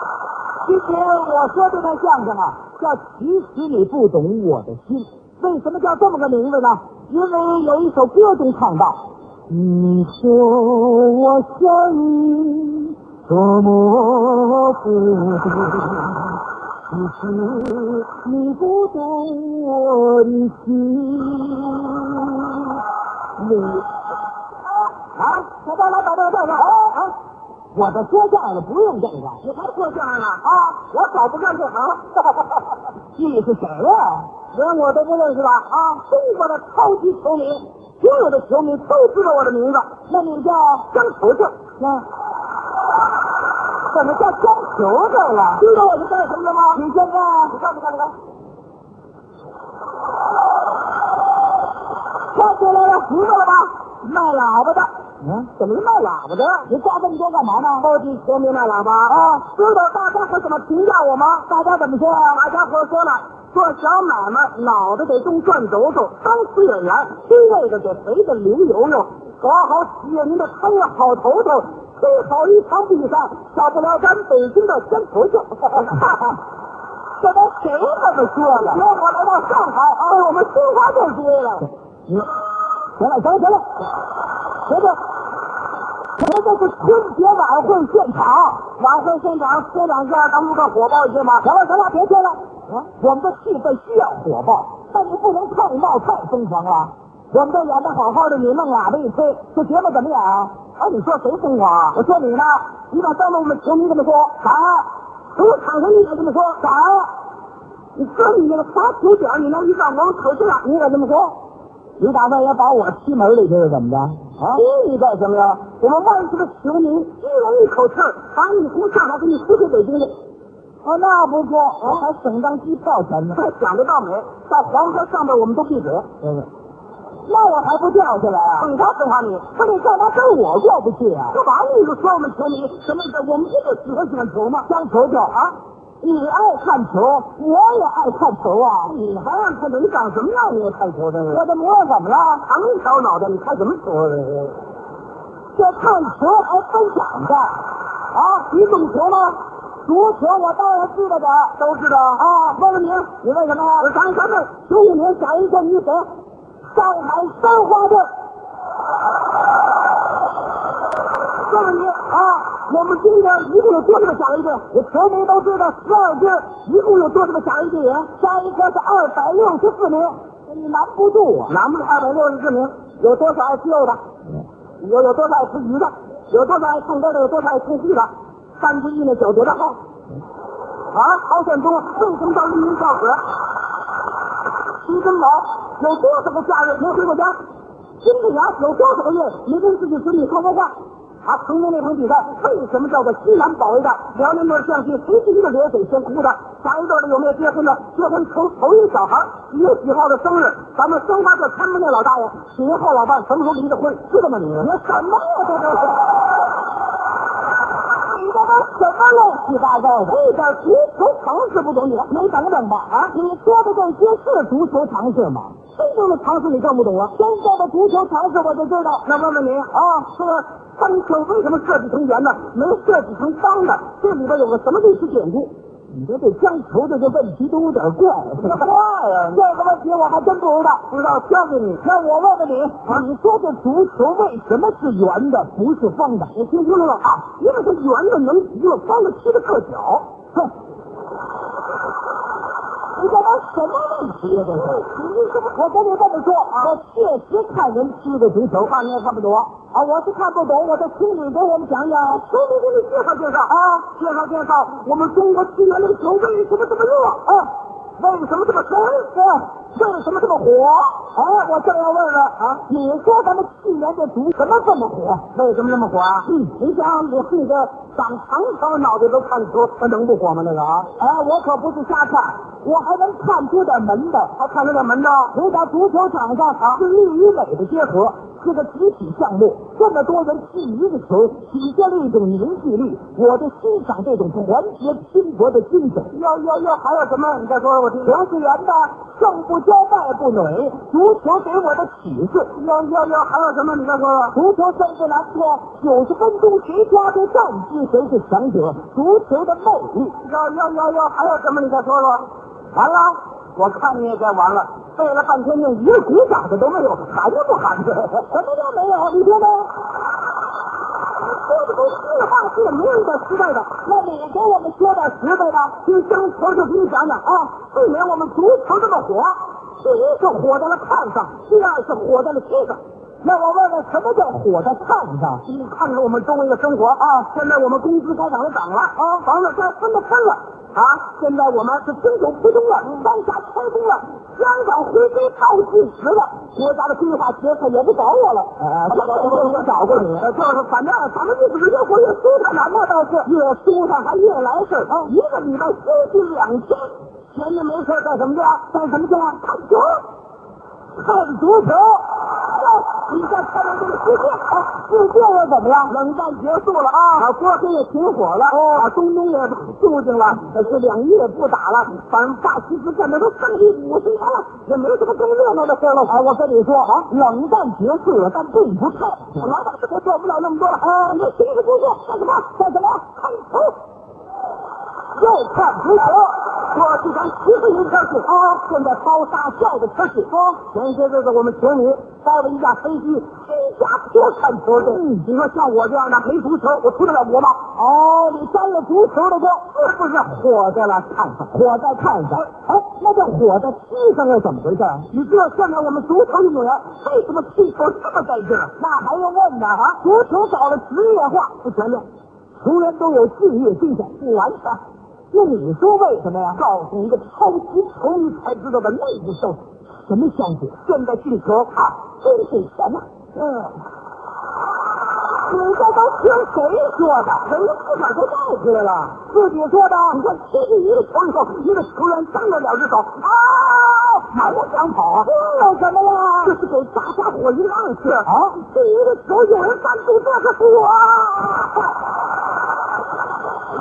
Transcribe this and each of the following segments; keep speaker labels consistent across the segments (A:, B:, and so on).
A: 姐，我说这段相声啊，叫《其实你不懂我的心》。为什么叫这么个名字呢？因为有一首歌中唱到：“你说我想你多么不懂，其实你不懂我的心。”你啊，我到来，到这，到这啊！我这说相声的不用这个，
B: 你还说相声呢？
A: 啊，
B: 我早不 干这行，
A: 你是谁呀、
B: 连我都不认识吧？啊，中国的超级球迷，所有的球迷都知道我的名字，
A: 那你叫
B: 张球球，
A: 那怎么叫江球球了？
B: 知道我是干什么的吗？
A: 你现在
B: 你看，你看，你看，
A: 看出来了，
B: 明白了吧？
A: 卖喇叭的，
B: 嗯，怎么是卖喇叭的？
A: 你挂这么多干嘛呢？
B: 超级球迷卖喇叭
A: 啊！
B: 知道大家伙怎么评价我吗？
A: 大家怎么说啊？
B: 大家伙说了，做小买卖脑袋得动转轴轴，当司演员听这个得陪着刘游游，搞好企业您的摊业好头头，吹好一场比赛，少不了咱北京的先头 球。
A: 这都谁这么说
B: 结
A: 了？
B: 果来到上海，被我们新华队击败了。
A: 你行了，行了，行了，别别，别这是春节晚会现场。
B: 晚会现场说两句，咱们再火爆一些嘛。
A: 行了，行了，别吹了。啊，我们的气氛需要火爆，但你不能太闹太疯狂了。我们都演的好好的，你弄喇叭一吹，这节目怎么演啊？
B: 哎，你说谁疯狂啊？
A: 我说你呢，
B: 你把当着我们球迷这么说，
A: 啥？
B: 从我场上你敢这么说？
A: 啥？
B: 你说你那个罚球点儿，你那一上网可啊这样，你敢这么说？
A: 你打算也把我踢门里去是怎么着？啊？
B: 踢你干什么呀？我们万岁的球迷一人一口气儿，把你从上海给你呼回北京去。
A: 哦，那不错，我还省张机票钱呢。
B: 再讲得到美，到黄河上边我们都闭嘴。
A: 嗯那我还不掉下来啊？
B: 你他疯狂你，
A: 可你干嘛跟我过不去啊？
B: 干嘛你就说我们球迷什么意思？我们不就喜欢喜欢球吗？
A: 张球球啊，你爱看球，我也爱看球啊。
B: 你还让看球？你长什么样？你也看球真是。
A: 我的模样怎么了？
B: 长条脑袋，你看什么球啊？这是
A: 这看球还分享的啊？你懂球吗？足球我当然知道点儿
B: 都知道啊。
A: 啊。问问你，你为什么呀？
B: 我咱咱们
A: 九五年甲 A 冠军谁？上海申花队
B: 问问你，
A: 啊。
B: 我们今年一共有多少个甲 A 队？
A: 我球迷都知道，
B: 十二支，一共有多少个甲 A 队员？
A: 下一个是二百六十四名，你难不住啊。
B: 咱们二百六十四名，有多少爱吃肉的？有有多少爱吃鱼的？有多少爱唱歌的？有多少爱唱戏的？三之一那小多大号？啊，郝建东为什么到绿茵校史？徐根宝有多少个假日没回过家？金志扬有多少个月没跟自己子女说过话？啊，成都那场比赛为什么叫做西南保卫战？辽宁队将军谁第一个流水先哭的？咱一队里有没有结婚的？结婚头头一个小孩，几月几号的生日？咱们申花队看门那老大爷，几年后老伴什么时候离的婚？知道吗你？
A: 你什么呀？这都是，你这都什么乱七八糟的？
B: 一点足球常识不懂你，
A: 你等等吧，啊，你说的这些是足球常识吗？
B: 真正的常识你更不懂啊！
A: 真正的足球常识我就知道，
B: 那问问你啊，这个单车为什么设计成圆的，没设计成方的？这里边有个什么历史典故？
A: 你说这江球这个问题都有点怪，
B: 什 么话呀
A: 这个问题我还真不知道。
B: 啊不知道啊教给你，
A: 那我问问你，你说这足球为什么是圆的，不是方的？
B: 你听清楚了啊！因为它圆的能极了，方的踢的特小。
A: 哼，你这都什么问题呀、这是？我跟你这么说，我确实看人踢的足球，
B: 啊看你也看不懂，
A: 啊，我是看不懂，我这听你给我们讲讲。
B: 兄弟给你介绍介绍啊，介绍介绍我们中国踢篮球为什么这么热啊？为什么这么神？
A: 啊，
B: 为什么这么火？
A: 哎，我正要问问
B: 啊，
A: 你说咱们去年这足怎么这么火？
B: 为什么这么火啊？
A: 嗯
B: 你想我那个长长条脑袋都看球，那能不火吗？那个啊，
A: 哎，我可不是瞎看，我还能看出点门道。
B: 还看出点门道。
A: 回到足球场上是利与美的结合，是个集体项目，这么多人踢一个球，体现了一种凝聚力。我就欣赏这种团结拼搏的精神。
B: 要要要，还有什么？你再说说我听听。
A: 程序员呢，胜不骄，败不馁。足球给我的启示，
B: 要要要，还有什么？你再说说。
A: 足球胜负难说，九十分钟谁抓住战机，谁是强者。足球的魅力，
B: 要要要要，还有什么？你再说说。
A: 完了，我看你也该完了。背了半天命，一个鼓掌的都没有，喊都不 喊的，什么都没有，你听没？
B: 说的都是话是没有一点实在的。
A: 那你给我们说点实在的，
B: 听张球就给你讲讲啊。
A: 去年我们足球这么火，第一是火在了炕上，第二是火在了踢上。那我问问，什么叫火在炕上？
B: 你看看我们周围的生活啊，现在我们工资该涨的涨了啊，房子该分的分了啊，现在我们是春酒铺中了，三峡开工了。香港回归倒计时了，
A: 国家的规划决策也不找我了。
B: 啊，
A: 不找我，我找过你。
B: 就是反正咱们日子越过越舒坦，哪怕倒是
A: 越舒坦还越来事儿、
B: 啊。一个礼拜休息两天，闲着没事干什么去？
A: 干什么去？
B: 看球，
A: 看足球。啊
B: 你再看看这个世界，啊，
A: 世界又怎么样？
B: 冷战结束了啊，
A: 啊，波黑也停火了，
B: 哦，
A: 啊，中东也肃静了，是两伊也不打了，反法西斯战争都胜利五十年了，也没什么更热闹的事了。啊，我跟你说啊，冷战结束了，但并不是，
B: 老百姓做不了那么多了
A: 啊，
B: 你停止工作干什么？
A: 干什么？
B: 看球，
A: 又看足球。
B: 说这咱七十年开始
A: 啊，现在包大笑的开始
B: 啊。
A: 前些日子我们情侣开了一架飞机，新加坡看球去。
B: 你说像我这样的没足球，我出得了国吗？
A: 哦，你沾了足球的光，
B: 是不是火在了看上？
A: 火在看上，哎，那这火在踢上又怎么回事？啊
B: 你知道现在我们足球运动员为什么踢球这么带劲啊儿？
A: 那还用问呢？啊，足球搞了职业化
B: 不全面，
A: 球员都有敬业精神，
B: 不完全。
A: 那你说为什么呀？
B: 告诉一个超级球迷才知道的内部消息，
A: 什么消息？
B: 现在进球看真是什么？
A: 嗯，
B: 你这都听谁说的？
A: 人家自个儿都带出来了，
B: 自己说的。
A: 你看踢进一个球以后，一个球员张着两只手，啊，
B: 哪有想跑啊？
A: 这有什么呀？
B: 这是给大家伙一个暗示
A: 啊！
B: 第一个球有人赞助，这个是我。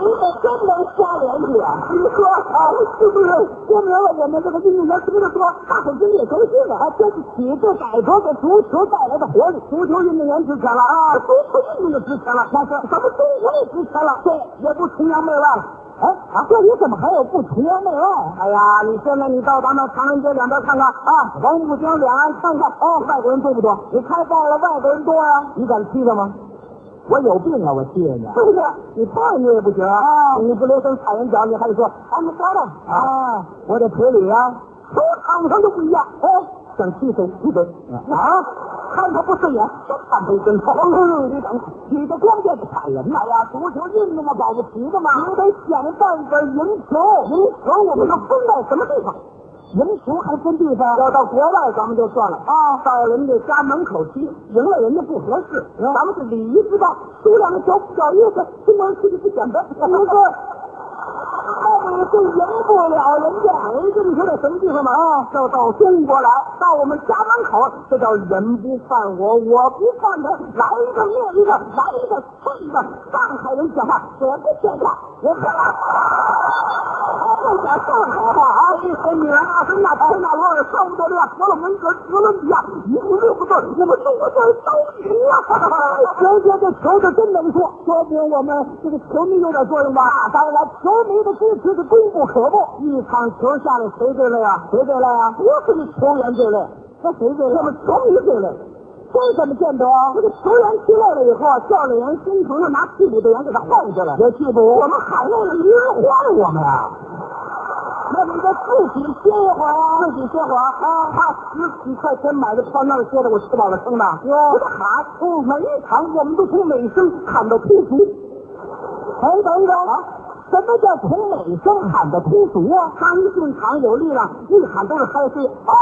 A: 你可真能瞎联系啊！
B: 你说啊，
A: 是不是说明了我们这个运动员不是说大伙真也高兴了啊？这是体制改革给足球带来的活力，
B: 足球运动员值钱了啊，
A: 足球运动也值钱了，
B: 那是
A: 咱们中国也值钱了，
B: 对，也不崇洋媚外了。
A: 哎啊，这里怎么还有不崇洋媚外？
B: 哎呀，你现在你到咱们唐人街两边看看啊，王府井两岸看看哦，外国人多不多？
A: 你开放了，外国人多呀、啊，
B: 你敢踢他吗？
A: 我有病啊！我气你，
B: 是不是？你碰你也不行
A: 啊！
B: 你不留神踩人脚，你还得说俺们抓了
A: 啊！我得赔礼啊！
B: 球场上就不一样，
A: 哎，想踢谁踢谁
B: 啊！看他不顺眼，
A: 真看他一身臭。
B: 你等，
A: 你这光惦着踩人呢
B: 呀！足球运动嘛，保不齐的嘛，
A: 你得想办法赢球。
B: 赢球，我们要分到什么地方？
A: 赢球还分地方，
B: 要到国外咱们就算了
A: 啊，
B: 到人家家门口踢，赢了人家不合适，
A: 嗯、
B: 咱们是礼仪之道，输两个球不好意思，中国人自己不讲的，
A: 你说，那你就赢不了人家，
B: 人家你说在什么地方嘛
A: 啊，
B: 要到中国来，到我们家门口，这叫人不犯我，我不犯他，来一个灭一个，来一个蹭一个，上海人讲话我不听话，我不
A: 会讲上海话啊！
B: 一说你啊，是哪头哪路，差不多的呀。佛罗伦格、哥伦比亚，一共六个字，我们中国字都赢了。
A: 行行，这球是真能说，说明我们这个球迷有点作用吧？
B: 那当然，球迷的支持是功不可没。
A: 一场球下来，谁最累啊？
B: 谁最累啊？
A: 不是你球员最累，
B: 那谁最累？
A: 我们球迷最累。这怎么见得啊？
B: 这个球员踢累了以后，教练员心疼的拿替补队员给他换下来。
A: 有替补，
B: 我们喊累了，没人换我们啊。
A: 那你就自己歇一会儿啊，
B: 自己歇会儿
A: 啊！
B: 花十几块钱买的泡那儿歇的，我吃饱了撑的。
A: 我
B: 的喊，嗯，每一场我们都从美声喊到通俗。
A: 哎，等等啊！什么叫从美声喊到通俗啊？
B: 刚一进场有力量，一喊都是嗨飞
A: 啊！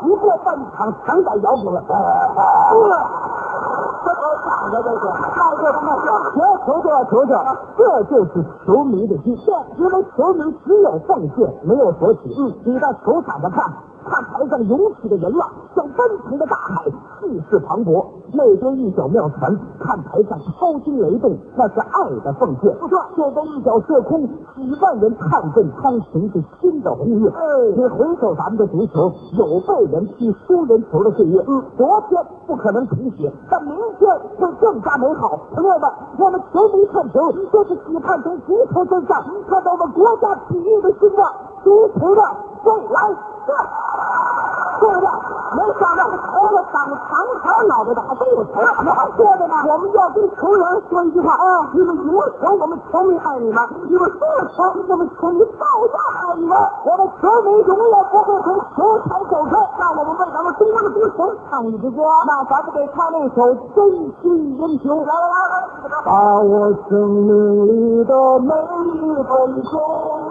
B: 不啊过半场全改摇滚了。啊
A: 这都讲的这是，
B: 那就那
A: 就球球就要球球，这就是球迷的心。
B: 对，
A: 因为球迷只有奉献，没有索取。
B: 嗯，
A: 你到球场上看，看台上涌起的人浪像奔腾的大海，气势磅礴。那边一脚妙传，看台上抛金雷动，那是爱的奉献。这边一脚射空，几万人看阵苍穹是新的呼吁。你回首咱们的足球，有被人踢输人球的岁月。嗯，昨天不可能重写，但明天会更加美好。朋友们，我们球迷看球，就是期盼从足球身上看到我们国家体育的兴旺，足球的未来。
B: 对的，没想到我们长长条脑袋的还真有球，那还说的呢。我们要跟球员说一句话啊，你们赢了球，我们球迷爱你们；你们输了球，我们球迷照样爱你们。我们球迷永远不会从球场走开，让我们为咱们中国的足球唱一支歌。那咱们得唱那首《真心英雄》。来来来来，
A: 把我生命里的每一分钟。